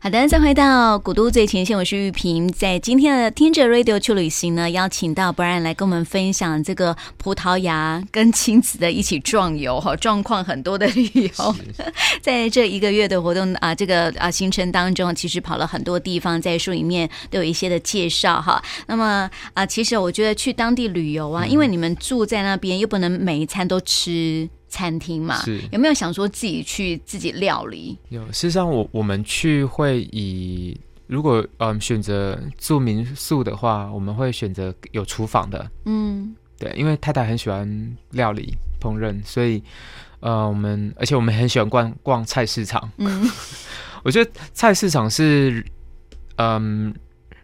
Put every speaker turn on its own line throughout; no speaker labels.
好的，再回到古都最前线，我是玉萍。在今天的听着 Radio 去旅行呢，邀请到 Brian 来跟我们分享这个葡萄牙跟亲子的一起壮游哈，状况很多的旅游。在这一个月的活动啊、这个啊行程当中，其实跑了很多地方，在书里面都有一些的介绍哈。那么啊，其实我觉得去当地旅游啊，因为你们住在那边，又不能每一餐都吃餐厅嘛，
是
有没有想说自己去自己料理？
有，事实上我我们去会以如果嗯选择住民宿的话，我们会选择有厨房的，
嗯
对，因为太太很喜欢料理烹饪，所以呃我们而且我们很喜欢逛逛菜市场，
嗯，
我觉得菜市场是嗯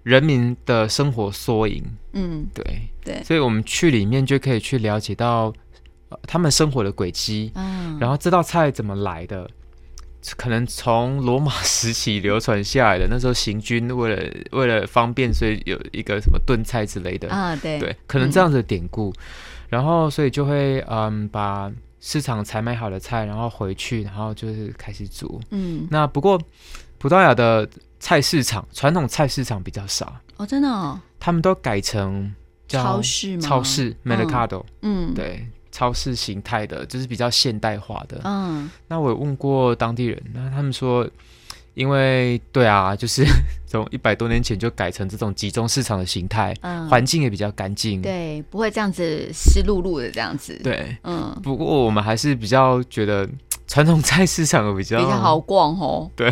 人民的生活缩影，
嗯，
对
对
所以我们去里面就可以去了解到、呃他们生活的轨迹，
啊，
然后这道菜怎么来的？可能从罗马时期流传下来的。那时候行军为了为了方便，所以有一个什么炖菜之类的。
啊，对，嗯
对，可能这样子的典故。然后，所以就会嗯，把市场采买好的菜，然后回去，然后就是开始煮。
嗯，
那不过，葡萄牙的菜市场传统菜市场比较少，
哦，真的哦，
他们都改成叫
超市吗？
超，市 mercado，、
嗯，，
对，超市形态的，就是比较现代化的。
嗯，
那我有问过当地人，那他们说，因为对啊，就是 从一百多年前就改成这种集中市场的形态，
嗯，
环境也比较干净。
对，不会这样子湿漉漉的这样子，，
对
嗯，
不过我们还是比较觉得传统菜市场比
比
较
较好。逛哦，
对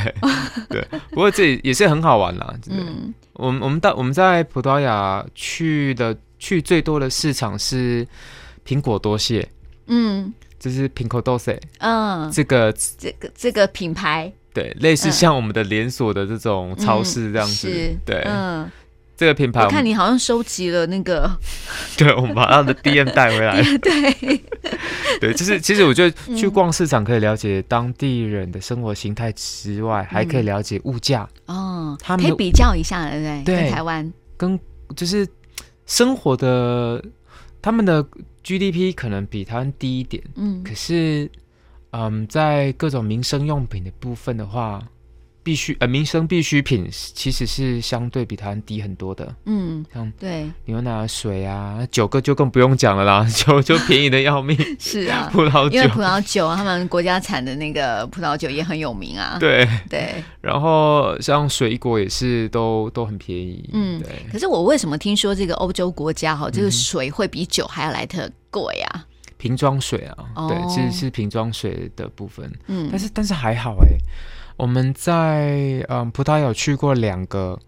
对，不过这也是很好玩 啦。对，
嗯，
我们我们到我们在葡萄牙去的去最多的市场是苹果多蟹，
嗯，
就是苹果多蟹
嗯，
这个
这个这个品牌，
对，类似
嗯
像我们的连锁的这种超市这样
嗯
子。
是
对，
嗯，
这个品牌
我
我们
看你好像收集了那个，
对，我们把他的 DM 带回来。
对，
对，就是其实我觉得去
嗯
逛市场可以了解当地人的生活形态之外，还可以了解物价，
哦，
他们
可以
的
比较一下，对不对？
对
跟台湾，
跟就是生活的他们的 GDP 可能比台湾低一点，
嗯
可是嗯，在各种民生用品的部分的话。必须呃，民生必需品其实是相对比台湾低很多的，
嗯，
像
对，
牛奶啊、水啊、酒个就更不用讲了啦，酒就便宜的要命，
是 啊。
葡萄
因为
酒
葡萄酒，啊他们国家产的那个葡萄酒也很有名啊。
对，
对，
然后像水果也是都都很便宜，
嗯
对，
可是我为什么听说这个欧洲国家哈，这
嗯
个
哼
水会比酒还要来得贵啊？
瓶装水啊，
哦
对，其实是瓶装水的部分，
嗯，
但是但是还好哎、我们在嗯葡萄牙有去过两个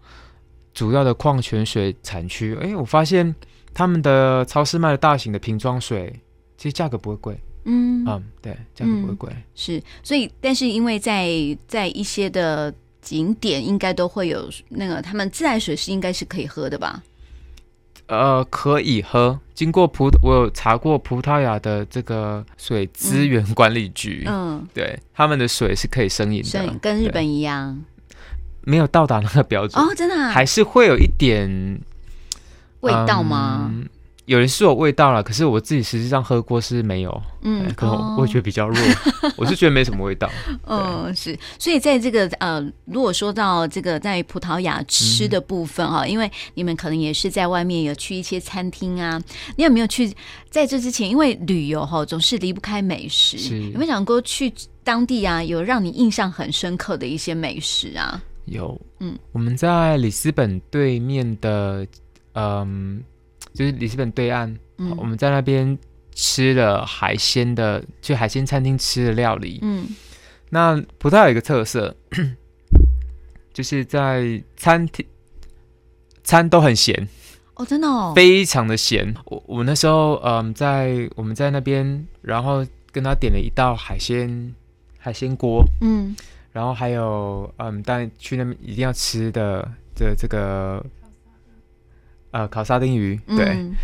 主要的矿泉水产区，哎，我发现他们的超市卖的大型的瓶装水，其实价格不会贵，
嗯
嗯，对，价格不会贵，
是，所以但是因为在在一些的景点应该都会有那个他们自来水是应该是可以喝的吧？
呃，可以喝。经过葡，我有查过葡萄牙的这个水资源管理局，
嗯，
对，他们的水是可以生饮
所以
的，
跟日
对
本一样
没有到达那个标准，
哦，真的、啊、
还是会有一点
味道吗？
嗯有人说有味道了，可是我自己实际上喝过是没有，
嗯
对，哎可能我味觉
得
比 较弱，我是觉得没什么味道。
嗯是，所以在这个呃，如果说到这个在葡萄牙吃的部分
嗯
哈、因为你们可能也是在外面有去一些餐厅啊，你有没有去在这之前，因为旅游哈总是离不开美食，
是
有没有想过去当地啊，有让你印象很深刻的一些美食啊？
有，
嗯
嗯，我们在里斯本对面的，嗯，就是里斯本对岸，我
嗯
们在那边吃了海鲜的，去海鲜餐厅吃的料理。
嗯
那葡萄牙有一个特色， 就是在餐厅餐都很咸，
哦，真的哦，
非常的咸。我我那时候嗯，在我们在那边，然后跟他点了一道海鲜海鲜锅，
嗯
然后还有嗯，但去那边一定要吃的的这个呃烤沙丁鱼，对，
嗯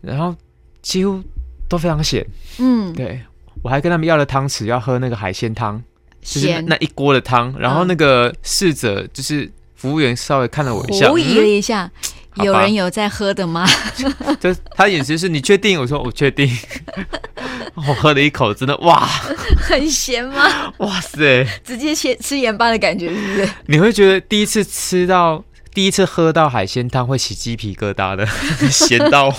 然后几乎都非常咸。
嗯，
对我还跟他们要了汤匙，要喝那个海鲜汤，就是那
咸
那一锅的汤。然后
嗯
那个侍者就是服务员稍微看了我一下，
狐疑了一下，
好吧
有人有在喝的吗？
嗯 就是他眼神是你确定？我说我确定。我喝了一口，真的哇
很咸吗？
哇塞！
直接切吃盐巴的感觉是不是？
你会觉得第一次吃到、第一次喝到海鲜汤会起鸡皮疙瘩的， 咸 到
所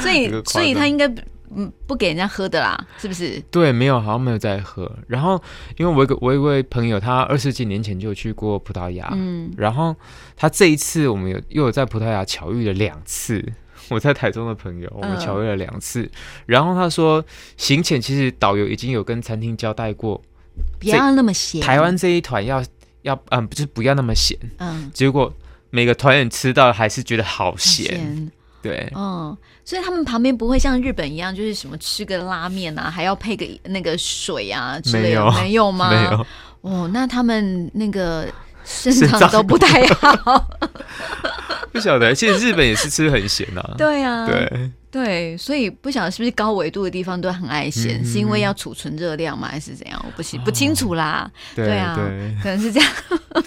这个
以
夸
所
张
以他应该不嗯不给人家喝的啦，是不是？
对，没有，好像没有在喝。然后，因为我有一个我有一位朋友，他二十几年前就去过葡萄牙，
嗯，
然后他这一次我们有又有在葡萄牙巧遇了两次。 我在台中的朋友，我们
嗯
巧遇了两次。然后他说，行前其实导游已经有跟餐厅交代过，
不要那么咸。
台湾这一团要要嗯，就是不要那么咸。
嗯
结果每个团员吃到还是觉得好咸，
咸
对，
嗯，所以他们旁边不会像日本一样，就是什么吃个拉面啊，还要配个那个水啊之类的，
没有
没有吗？
没有。
哦，那他们那个生
生
长
长
都不太好。
不晓得，其实日本也是吃很咸呐、啊。
对啊，
对，
对所以不晓得是不是高纬度的地方都很爱咸，
嗯哦
是因为要储存热量吗？还是怎样？我不清不清楚啦，
对
对啊
对
可能是这样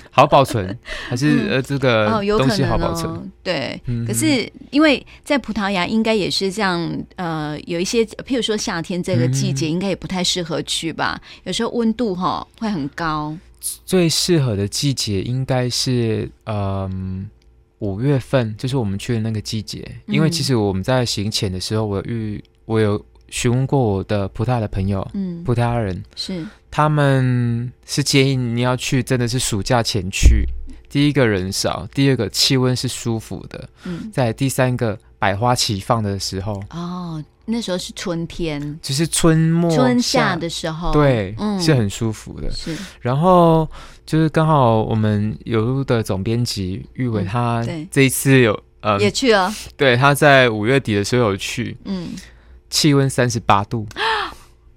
好保存，还是、呃这个
哦，有
东
可
西
能
好保存。
哦。对，
嗯
可是因为在葡萄牙应该也是这样，呃，有一些譬如说夏天这个季
嗯
节，应该也不太适合去吧。有时候温度哈会很高，
最适合的季节应该是嗯五月份，就是我们去的那个季节。因为
嗯
其实我们在行前的时候，我有遇我有询问过我的葡萄牙的朋友，
嗯，
葡萄牙人，
是
他们是建议你要去，真的是暑假前去。第一个人少，第二个气温是舒服的，
嗯
在第三个百花齐放的时候，
哦，那时候是春天，
就是春末
春夏的时候，
哦对，
嗯
是很舒服的。
是
然后就是刚好我们有路的总编辑玉伟，
嗯
他
对
这一次有呃，
也去了，
对，他在五月底的时候有去，
嗯，
气温三十八度，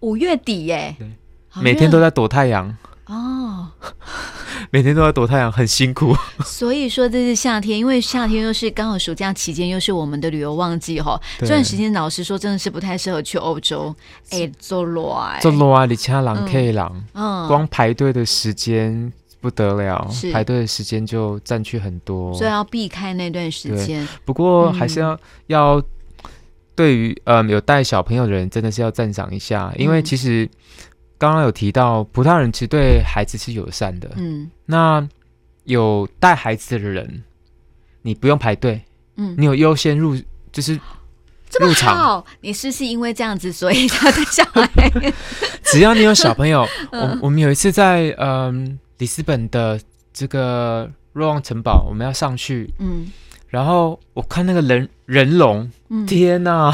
五月底耶
对，
好
每天
热
都在躲太阳，
哦，
每天都在躲太阳，很辛苦。
所以说这是夏天，因为夏天又是刚好暑假期间，又是我们的旅游旺季哈。这
对
段时间老实说，真的是不太适合去欧洲，哎，做热哎，
这罗啊，里恰朗 K 朗，
嗯，
光排队的时间不得了
是，
排队的时间就占据很多。
所以要避开那段时间。
不过还是
嗯
要、要对于呃有带小朋友的人，真的是要赞赏一下，因为
嗯
其实刚刚有提到，葡萄牙人其实对孩子是友善的。
嗯
那有带孩子的人，你不用排队，
嗯，
你有优先入，就是
这
入
么
场，
好，你是不是因为这样子，所以他的小孩
只要你有 小朋友，
嗯
我我们有一次在嗯、里斯本的这个若望城堡，我们要上去，
嗯
然后我看那个人人龙，
嗯，
天呐、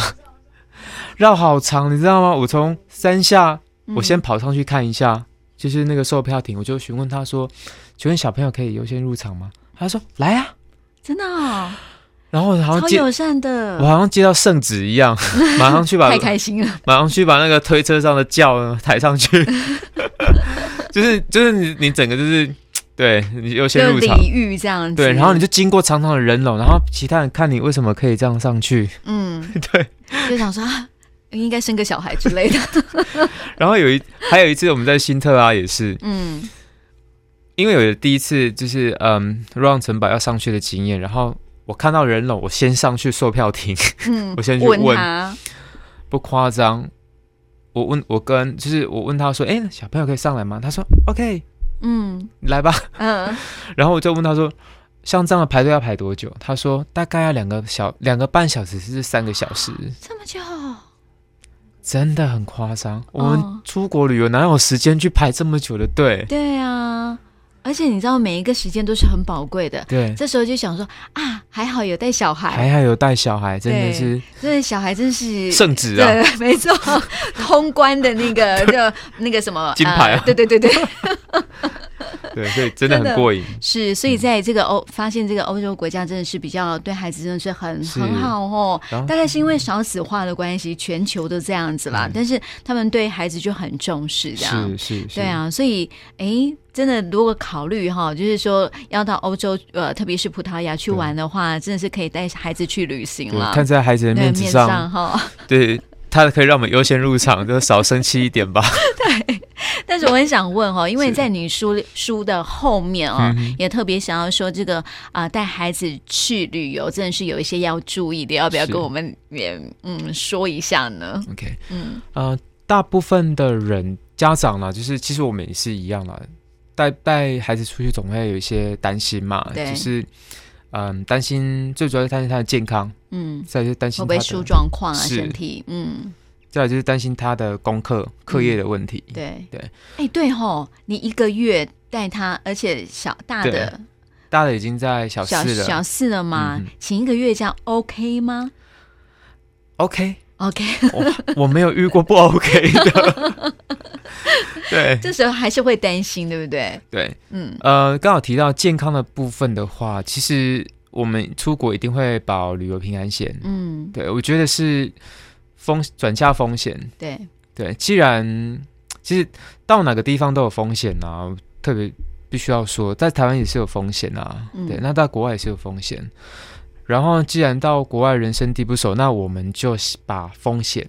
绕好长，你知道吗？我从山下，
嗯
我先跑上去看一下，就是那个售票亭，我就询问他说：“请问小朋友可以优先入场吗？”他说：“来啊。
真的哦，”
然后我好像
超
接，
友善
我
的，
好像接到圣旨一 样，马上去把
太嗯开心了。
马上去把那个推车上的轿呃抬 上去，就是就是你你整个就是对你优先
就
入场。
礼遇这样子，
对，然后你就经过长长的人龙，然后其他人看你为什么可以这样上去，
嗯，
对，
就想说啊，应该生个小孩之类 的，
然后有一还有一次我们在新特拉也是，
嗯
因为有第一次就是嗯让城堡要上去的经验，然后我看到人龙，我先上去售票亭，
嗯，
我先去
问
问
他，
不夸张，我问我跟就是我问他说，哎、小朋友可以上来吗？他说 OK，
嗯
来吧。
嗯，
然后我就问他说，像这样的排队要排多久？他说大概要两个小两个半小时至三个小时，
这么久，
真的很夸
哦
张。我们出国旅游哪有时间去排这么久的队？
对啊，而且你知道每一个时间都是很宝贵的，
对，
这时候就想说啊，还好有带小孩，
还好有带小孩，真的是
这小孩真是。
圣旨啊！
对，没错， 通关的那 个就那个什么
金牌啊
呃对对对对，
对，所以真的
真的
很过瘾。
是，所以在这个欧发现这个欧洲国家真的是比较对孩子真的是很
是
很好哦，
然后
大概是因为少子化的关系，全球都这样子啦。但是他们对孩子就很重视，这样
嗯是是是，
对，啊。所以，诶，真的如果考虑哈，就是说要到欧洲，呃，特别是葡萄牙去
对
玩的话，真的是可以带孩子去旅行
对
啦。
看在孩子的
对
面
面
子上，
哈，
对他可以让我们优先入场，就少生气一点吧。
但是我很想问哦，因为在你书书的后面哦，
嗯哼
也特别想要说这个啊、带孩子去旅游真的是有一些要注意的，要不要
是
跟我们也嗯说一下呢？
OK，
嗯
呃，大部分的人家长呢，就是其实我们也是一样啦，带带孩子出去总会有一些担心嘛，
对
就是嗯，担心最主要是担心他的健康，
嗯，
再来就是担
会
心
不
他
会出
的，
状况啊？
是
身体嗯，
再来就是担心他的功课、课业的问题。
对
对，
哎对吼，你一个月带他，而且小大的
大的已经在小四
小
了
小四了吗？
嗯嗯
请一个月假 OK 吗
o k
？OK，
我我没有遇过不 OK 的， 对
这时候还是会担心，对不对？
对，
嗯，
呃，刚好提到健康的部分的话，其实我们出国一定会保旅游平安险。
嗯，
对，我觉得是风转嫁风险。
对，
对，既然其实到哪个地方都有风险啊，我特别必须要说，在台湾也是有风险啊。
嗯
对，那在国外也是有风险。然后，既然到国外人生地不熟，那我们就把风险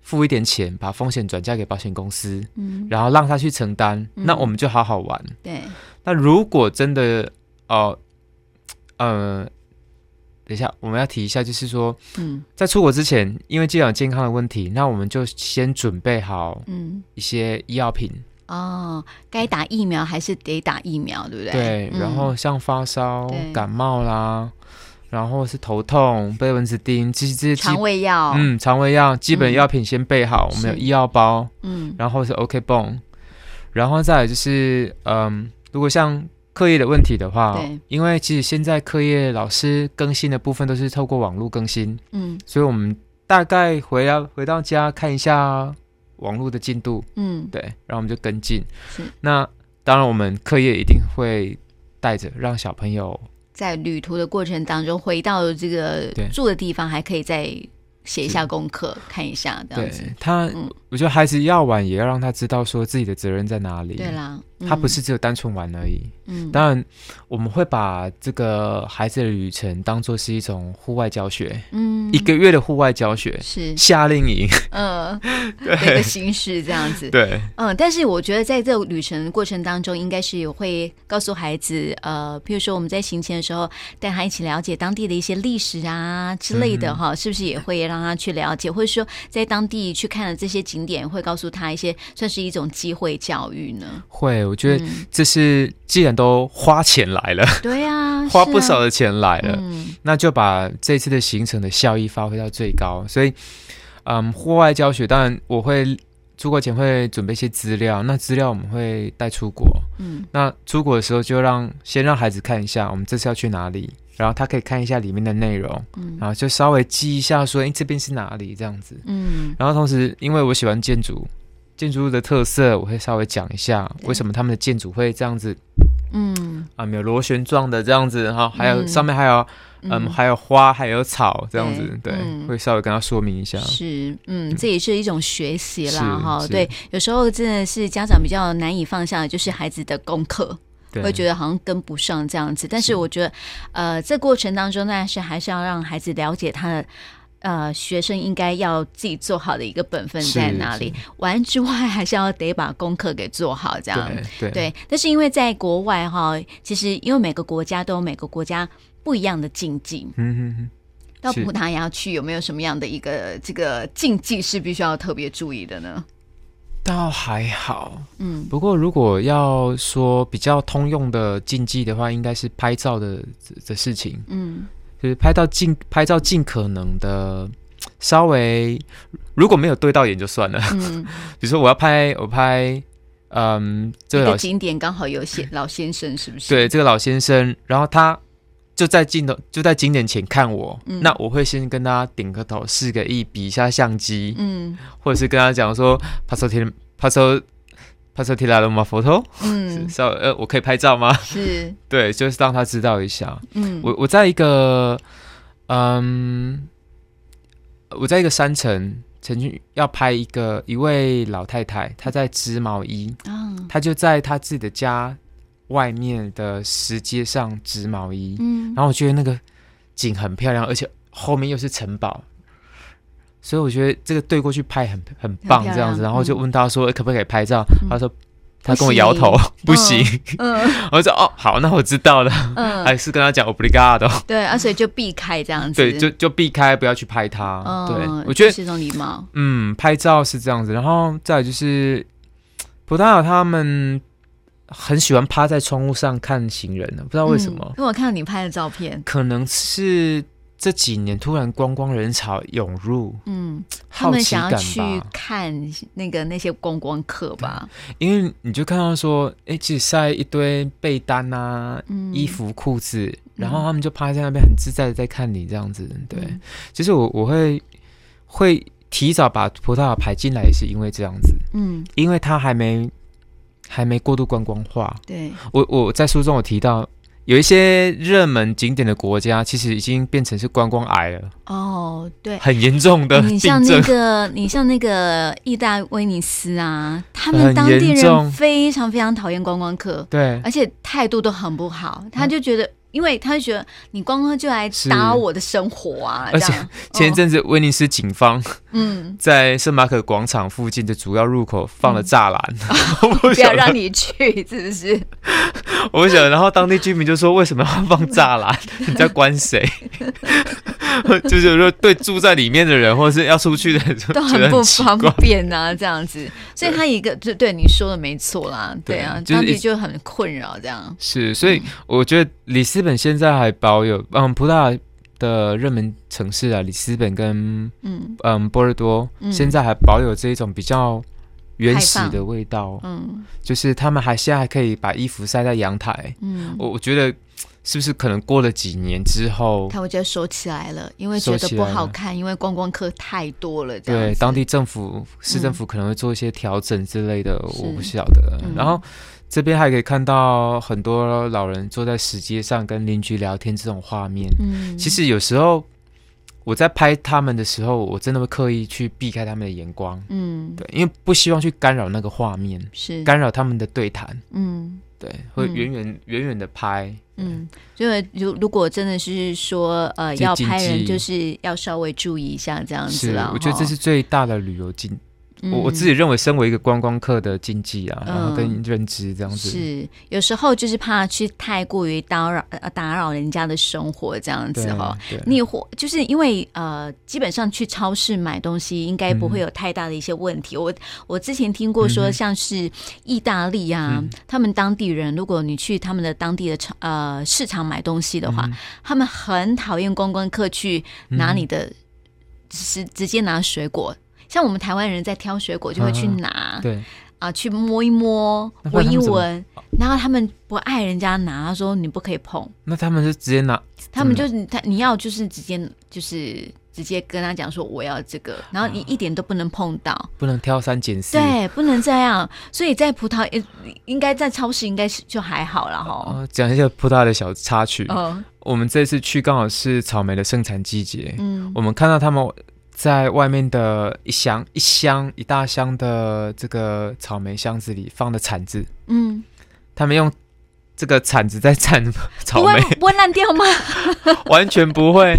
付一点钱，把风险转嫁给保险公司，
嗯，
然后让他去承担。
嗯
那我们就好好玩。
对，
那如果真的哦，呃，等一下，我们要提一下，就是说，
嗯
在出国之前，因为既然有健康的问题，那我们就先准备好
嗯。
一些医药品，
哦，该打疫苗还是得打疫苗，对不对？
对，
嗯
然后像发烧
对、
感冒啦，然后是头痛、被蚊子叮，这些这些基
肠胃药，嗯
嗯肠胃药基本
嗯
药品先备好，我们有
是
医药包，
嗯
然后是 OK 泵，然后再来就是嗯，如果像课业的问题的话
对，
因为其实现在课业老师更新的部分都是透过网络更新，
嗯
所以我们大概回到回到家看一下网络的进度，
嗯，
对，然后我们就跟进
是。
那当然，我们课业一定会带着让小朋友
在旅途的过程当中，回到这个
对
住的地方，还可以再写一下功课，看一下这样
对
子。
他，
嗯
我觉得孩子要玩也要让他知道说自己的责任在哪里，
对啦，
他
嗯
不，是只有单纯玩而已。
嗯，
当然，我们会把这个孩子的旅程当做是一种户外教学，
嗯
一个月的户外教学，
是
夏令营。
嗯，一个形式这样子。
对，
嗯，但是我觉得在这个旅程过程当中，应该是有会告诉孩子，呃，譬如说我们在行前的时候，带他一起了解当地的一些历史啊之类
嗯
的哈、是不是也会让他去了解，或者说在当地去看了这些景点，会告诉他一些算是一种机会教育呢？
会，我觉得
嗯、
这是既然都花钱来了，
对 啊，
花
是
不
啊
少的钱来了，
嗯
那就把这次的行程的效益发挥到最高。所以，嗯，户外教学当然我会出国前会准备一些资料，那资料我们会带出国。
嗯
那出国的时候就让先让孩子看一下我们这次要去哪里，然后他可以看一下里面的内容。
嗯
然后就稍微记一下说，诶，这边是哪里这样子。
嗯
然后同时，因为我喜欢建筑，建筑物的特色，我会稍微讲一下
对
为什么他们的建筑会这样子
嗯
啊，没有螺旋状的这样子哈，还有、
嗯
上面还有嗯还有花，还有草这样子，
对
对，
嗯
会稍微跟他说明一下。
是，嗯，这也是一种学习啦，
是
哈。
是
对，有时候真的是家长比较难以放下，的就是孩子的功课，
对，
会觉得好像跟不上这样子。但是
是
我觉得，呃，这过程当中，但是还是要让孩子了解他的。呃，学生应该要自己做好的一个本分在
是
哪里
是？
玩之外，还是要得把功课给做好，这样
对对
对，但是因为在国外哈，其实因为每个国家都有每个国家不一样的禁忌，
嗯哼哼。
到
是
葡萄牙去有没有什么样的一个这个禁忌是必须要特别注意的呢？
倒还好，
嗯，
不过如果要说比较通用的禁忌的话，应该是拍照的的事情。
嗯
就是拍到尽拍照尽可能的稍微，如果没有对到眼就算了。
嗯，
比如说我要拍我拍，嗯，这
一
个
个
老先
景点刚好有些老先生是不是？
对，这个老先生，然后他就在镜头就在景点前看我，
嗯
那我会先跟他点个头，示个意，比一下相机，
嗯
或者是跟他讲说帕索提帕索帕索提拉罗马佛头，
嗯
稍呃我可以拍照吗？
是
对，就是让他知道一下。
嗯
我我在一个，嗯，我在一个山城，曾经要拍一个一位老太太，她在织毛衣，
啊
她就在她自己的家外面的石阶上织毛衣，
嗯
然后我觉得那个景很漂亮，而且后面又是城堡，所以我觉得这个对过去拍很很棒
很漂亮
这样子，然后就问他说、诶可不可以拍照，
嗯
他说他跟我摇头，不行，
嗯
我就说哦好，那我知道了，
嗯，
还是跟他讲 obrigado，
对，啊，所以就避开这样子，
对，就就避开不要去拍他，
嗯，
对我觉
这
得
是一种礼貌，
嗯，拍照是这样子，然后再来就是葡萄牙他们很喜欢趴在窗户上看行人，不知道为什么，
嗯因为我看到你拍的照片，
可能是这几年突然观光人潮涌入，
嗯，他
好
们
奇
想
感
要去
吧，
看那个那些观光客吧，
因为你就看到说，哎、其实晒一堆被单啊、
嗯，
衣服、裤子，然后他们就趴在那边很自在的在看你这样子，对，
嗯
其实我我会会提早把葡萄牙排进来，也是因为这样子。
嗯，
因为它还没还没过度观光化。
对，
我我在书中有提到，有一些热门景点的国家，其实已经变成是观光癌了，
哦，对。哎
很严重的
你像
病
那
症。
个，你像那个意大威尼斯啊，他们
很
当地
严重
人非常非常讨厌观光客，
对
而且态度都很不好。
嗯
他就觉得，因为他就觉得你光光就来
是
打扰我的生活啊，
而
这
且
样。
前一
哦、
阵子，威尼斯警方
嗯，
在圣马可广场附近的主要入口放了栅栏， 我
哦不要
想，
让你去，是不 是？
我想，然后当地居民就说：“为什么要放栅栏？你在关谁？” 就是说，对住在里面的人，或是要出去的人，就
都
觉得
很不
奇
方
怪
便啊，这样 子。所以他一个就对你说的没错啦，
对
对啊，
就是
当地
一
就很困扰这样。
是，所
嗯
以我觉得里斯本现在还保有，嗯，葡萄牙的热门城市啊，里斯本跟
嗯
嗯波尔多、
嗯
现在还保有这一种比较原始
开放
的味道，
嗯
就是他们还现在还可以把衣服晒在阳台。
嗯，
我我觉得是不是可能过了几年之后，
他会觉得收起来了，因为觉
收
得
起
不
来
好
了
看，因为观光客太多了，这样
对
子
当地政府、市政府可能会做一些调整之类的，
是
我不晓得。
嗯
然后这边还可以看到很多老人坐在石阶上跟邻居聊天这种画面。
嗯，
其实有时候我在拍他们的时候，我真的会刻意去避开他们的眼光，
嗯
对，因为不希望去干扰那个画面，
是
干扰他们的对谈，
嗯。
对，会
嗯
远远远远的拍，
嗯，因为如如果真的是说呃
这
要
禁
拍人，
忌
就是要稍微注意一下这样子
是
嗯啦。，
我觉得这
哈
是最大的旅游禁，我我自
嗯
己认为身为一个观光客的禁忌啊，
嗯
然后跟认知这样子，
是，有时候就是怕去太过于打扰呃打扰人家的生活这样
对
子哈。
对，
哦你或就是因为呃，基本上去超市买东西应该不会有太大的一些问题。我我之前听过
嗯
说，
哼
像是意大利啊，
嗯
他们当地人，如果你去他们的当地的超呃市场买东西的话，
嗯
他们很讨厌观光客去拿你的，直、直接拿水果。像我们台湾人在挑水果就会去
嗯嗯
拿，
对，
啊，去摸一摸
那、不然
闻
他
一
们怎么
闻，然后他们不爱人家拿，他说你不可以碰，
那他们就直接拿，
他们就是他你要就是直接就是直接跟他讲说我要这个，然
啊
后你一点都不能碰到，
不能挑三拣四，
对，不能这样。所以在葡萄呃应该在超市应该是就还好了哈。
哦，讲一下葡萄牙的小插曲，
哦，
我们这次去刚好是草莓的盛产季节，
嗯
我们看到他们在外面的一箱一箱一大箱的这个草莓箱子里放的铲子，
嗯，
他们用这个铲子在铲
不
草
会
莓，
不会烂 掉吗？
完全不会。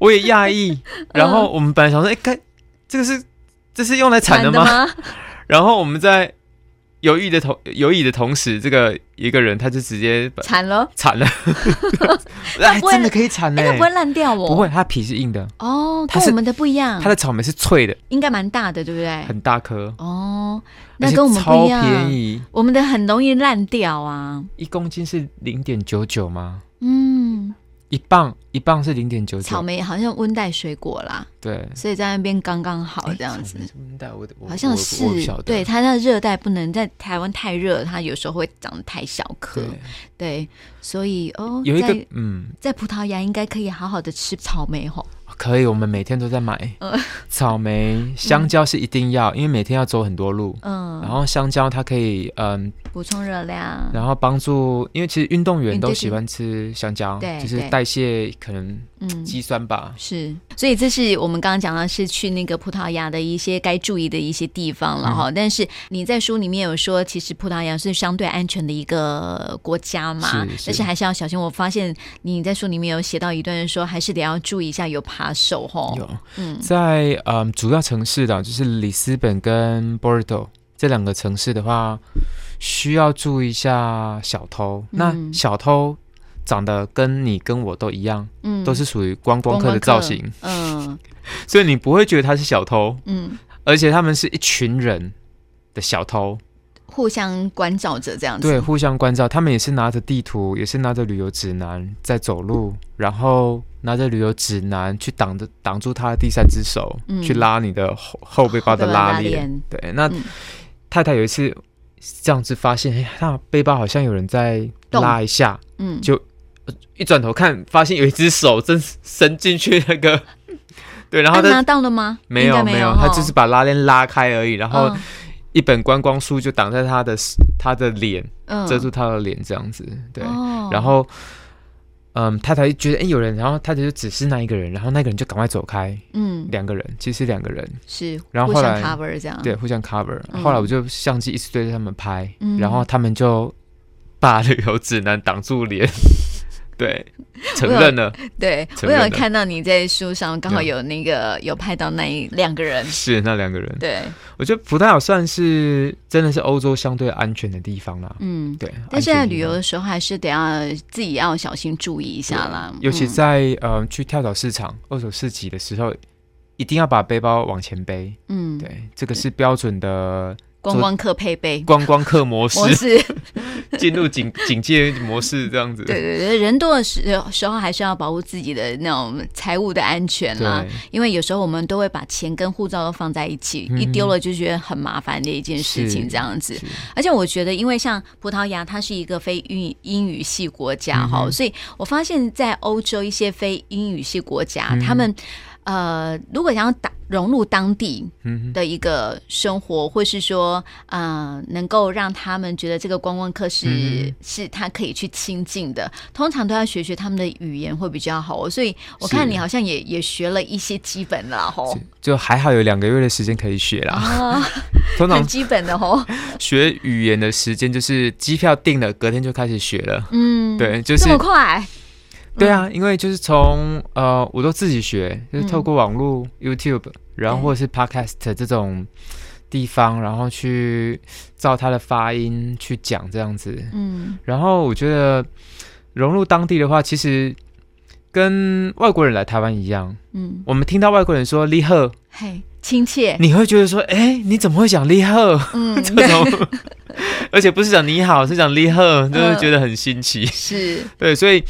我也讶异。然后
嗯
我们本来想说，哎、看这个是这是用来铲的
的
吗？然后我们在犹豫的同犹豫的同时，这个一个人他就直接把
惨了，
铲了，
那
哎，
不会
真的可以铲呢、
哎，它不会烂掉哦。
不会，它皮是硬的，
哦，
它
跟
是
我们的不一样
它，的草莓是脆的，
应该蛮大的，对不对？
很大颗。
哦，
而
那
且
跟我们不
超
一样。
便宜，
我们的很容易烂掉啊。
一公斤是零点九九吗？
嗯，
一磅一磅是零点九
草
九，
莓好像温带水果啦，
对，
所以在那边刚刚好
诶
这样子
嗯哎草莓，是温带，我的我
好像
我
是
我不晓得
对它在热带不能在台湾太热，它有时候会长得太小颗
对，，
对，所以哦，
有一个
嗯在
嗯，
在葡萄牙应该可以好好的吃草莓吼，
可以，我们每天都在买
嗯
草莓、香蕉是一定要，因为每天要走很多路，
嗯，
然后香蕉它可以嗯
补充热量，
然后帮助，因为其实运动员
嗯
都
对
喜欢吃香蕉，
对
就是
对
代谢可能
嗯。
肌酸吧。
是，所以这是我们刚刚讲到是去那个葡萄牙的一些该注意的一些地方
嗯
了哈。但是你在书里面有说，其实葡萄牙是相对安全的一个国家嘛，
是是
但是还是要小心。我发现你在书里面有写到一段说，还是得要注意一下有扒手哈。
有
嗯
在嗯主要城市的，就是里斯本跟波尔多这两个城市的话，需要注意一下小偷。那
嗯
小偷长得跟你跟我都一样，
嗯，
都是属于观
观
光客
光
的
客
造型，
嗯
所以你不会觉得他是小偷，
嗯，
而且他们是一群人的小偷，
互相关照着这样子。
对，互相关照。他们也是拿着地图，也是拿着旅游指南在走路，然后拿着旅游指南去挡着挡住他的第三只手，
嗯
去拉你的后后背包的
后背包拉
链。
链
对，那、
嗯
太太有一次这样子发现，哎，那背包好像有人在
动
拉一下，
嗯，
就一转头看，发现有一只手正伸进去 那个，对，然后
他啊
他、
拿到了吗？
没
应
有
该没
有，
哈
他就是把拉链拉开而已，然后
嗯
一本观光书就挡在他的他的脸，
嗯
遮住他的脸这样子，对，
哦
然后。嗯，太太就觉得哎、诶有人，然后太太就只是那一个人，然后那个人就赶快走开，
嗯
两个人其实是两个人，
是
然后
互
后
相
来
cover 这样
对，互相 cover
嗯。
后来我就相机一直对着他们拍，
嗯
然后他们就把旅游指南挡 住脸，对，承
我有
认了，
对，
承
我有
认的
看到你在书上刚好有那个有拍到那一两个 人，
是那两个人。
对，
我觉得葡萄牙算是真的是欧洲相对安全的地方啦。
嗯。
对，
但是在
安全的地方
旅游的时候，还是得要自己要小心注意一下啦。
尤其
嗯
在呃去跳蚤市场、二手市集的时候，一定要把背包往前背。
嗯，
对，这个是标准的
观光客配 备
观光客模式
模，式，
进入警警戒模式这样子。
对对对，人多的时时候还是要保护自己的那种财务的安全啦
对。
因为有时候我们都会把钱跟护照都放在一起，
嗯
一丢了就觉得很麻烦的一件事情，
是
这样子。
是
而且我觉得，因为像葡萄牙，它是一个非英英语系国
嗯
家哈、所以我发现，在欧洲一些非英语系国家，
嗯
他们呃，如果想要打融入当地
嗯
的一个生活，或是说呃，能够让他们觉得这个观光客是、
嗯
是他可以去亲近的，通常都要学学他们的语言会比较好哦。所以我看
是
你好像也也学了一些基本啦吼
哼，，就还好有两个月的时间可以学啦。
啊，
通常
很基本的吼，
学语言的时间就是机票定了，隔天就开始学了。
嗯，，
对，就
这
是
么快，
对啊，因为就是从呃，我都自己学，就是透
嗯
过网络、YouTube，然后
对
或者是 Podcast 这种呃地方，然后去照它的发音去讲这样子。
嗯
然后我觉得融入当地的话，其实跟外国人来台湾一样，
嗯。
我们听到外国人说“厉贺
嘿，亲”， 切，
你会觉得说：“哎，你怎么会讲‘厉贺’？”
嗯，
这种， 而且不是讲你好，是讲厉害，就是
嗯
觉得很新奇。
是，
对，所以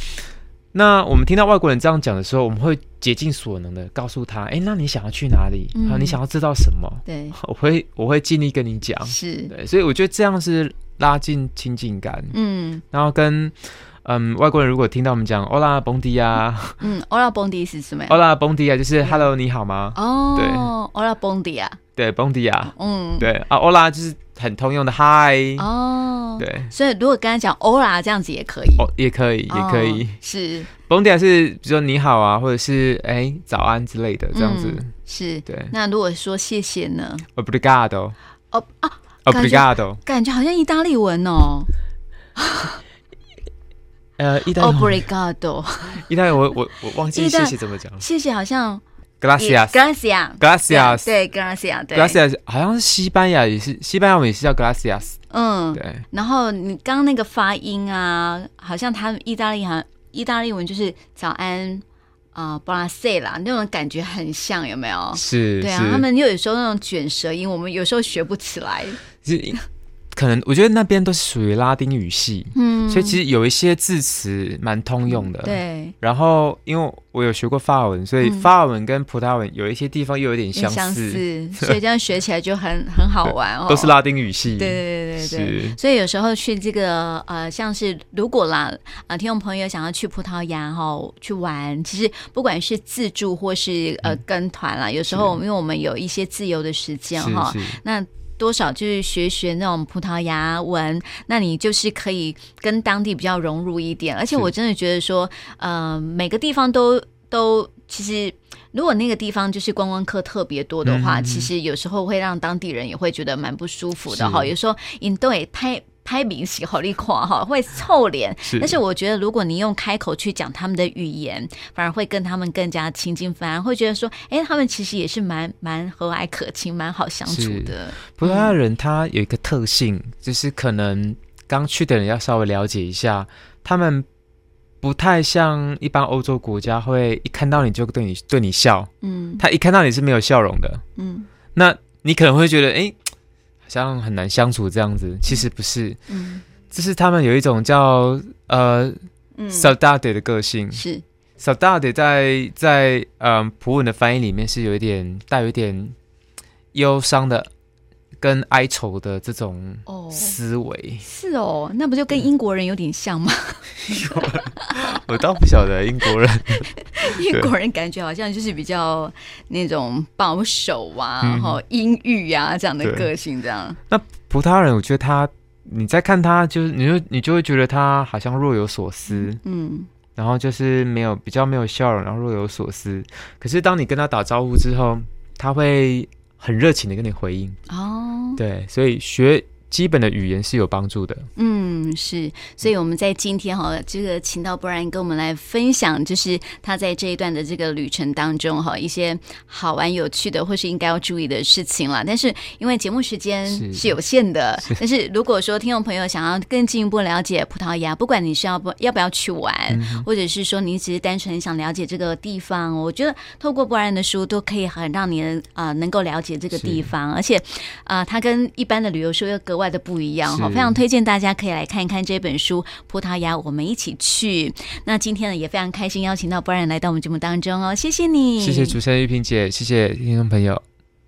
那我们听到外国人这样讲的时候，我们会竭尽所能的告诉他：，哎，那你想要去哪里？
嗯
啊，你想要知道什么？
对，
我会我会尽力跟你讲。
是，
对，所以我觉得这样是拉近亲近感，
嗯
然后跟。嗯，外国人如果听到我们讲 “Hola, bon dia”、
嗯，Hola bon dia 是什么呀？
“Hola, bon dia”，就是
嗯
“Hello，你好吗
哦，Hola bon dia，”
对，“bon dia”，
嗯，，
对啊，“Hola” 就是很通用的 “Hi”，、
哦，，
对，
所以如果跟他讲 Hola 这样子也可以，
哦，也可以，也可以。
哦是
崩点是比如说你好啊，或者是哎、早安之类的这样子。
嗯是。
对
那如果说谢谢呢？
，obrigado。
哦
啊
感觉
，obrigado。
感觉好像意大利文哦
呃，意大利文，
，Obrigado，
意大利文我我我忘记
哦意大
谢谢怎么讲
谢谢，好像也
，gracias。
Gracias，
gracias。
对，Gracias，对
Gracias，好像是西班牙也是，西班牙文也是叫 Gracias，
嗯，
对，
然后你刚刚那个发音啊，好像他们意大利好像意大利文就是早安啊，巴拉塞啦，那种感觉很像，有没有？
是
对
是，
啊，他们又有时候那种卷舌音，我们有时候学不起来。
是可能我觉得那边都是属于拉丁语系，
嗯，
所以其实有一些字词蛮通用的，
对，
然后，因为我有学过法文，所以
嗯
法文跟葡萄文有一些地方又有点
有
相似，
相似，所以这样学起来就很很好玩哦。
都是拉丁语系。
对对对对对。
是
所以有时候去这个呃，像是如果啦，呃，听众朋友想要去葡萄牙哈、去玩，其实不管是自嗯助或是呃跟团啦，有时候因为我们有一些自由的时间哈、
是是，
那。多少去学学那种葡萄牙文，那你就是可以跟当地比较融入一点。而且
是
我真的觉得说，呃，每个地方都都其实。如果那个地方就是观光客特别多的话，
嗯
其实有时候会让当地人也会觉得蛮不舒服的哈。
是
有时候引对拍拍明喜好力垮哈，会臭脸。
是
但是我觉得，如果你用开口去讲他们的语言，反而会跟他们更加亲近，反而会觉得说，哎，他们其实也是蛮蛮和蔼可亲，蛮好相处的。
葡萄牙人他有一个特性，就是可能刚去的人要稍微了解一下，他们不太像一般欧洲国家会一看到你就对你对你笑，
嗯
他一看到你是没有笑容的，
嗯
那你可能会觉得，哎，好像很难相处这样子。其实不是，
嗯
这是他们有一种叫呃
嗯，
s a u d a d e 的个性。
是
s a u d a d e 在在嗯葡文的翻译里面是有一点带有一点忧伤的跟哀愁的这种
哦。
思维
是哦，那不就跟英国人有点像吗？
我倒不晓得英国人，
英国人感觉好像就是比较那种保守啊，然
嗯
后阴郁啊这样的
对
个性，这样
葡萄牙人，我觉得他。你再看他，就是你就你就会觉得他好像若有所思，
嗯
然后就是没有比较没有笑容，然后若有所思。可是当你跟他打招呼之后，他会很热情的跟你回应。
哦。
对，所以学基本的语言是有帮助的。
嗯，是，所以我们在今天哈，这个请到波然跟我们来分享，就是他在这一段的这个旅程当中哈，一些好玩有趣的或是应该要注意的事情啦。但是因为节目时间
是
是有限的，但是如果说听众朋友想要更进一步了解葡萄牙，不管你是要不要不要去玩，
嗯
或者是说你只是单纯想了解这个地方，我觉得透过波然的书都可以很让你呃能够了解这个
是
地方，而且啊，它跟一般的旅游书又格外的不一样哈，
是
非常推荐大家可以来看一看这本书《葡萄牙，我们一起去》。那今天呢，也非常开心邀请到 Brian 来到我们节目当中哦，谢谢你，
谢谢主持人玉萍姐，谢谢听众朋友。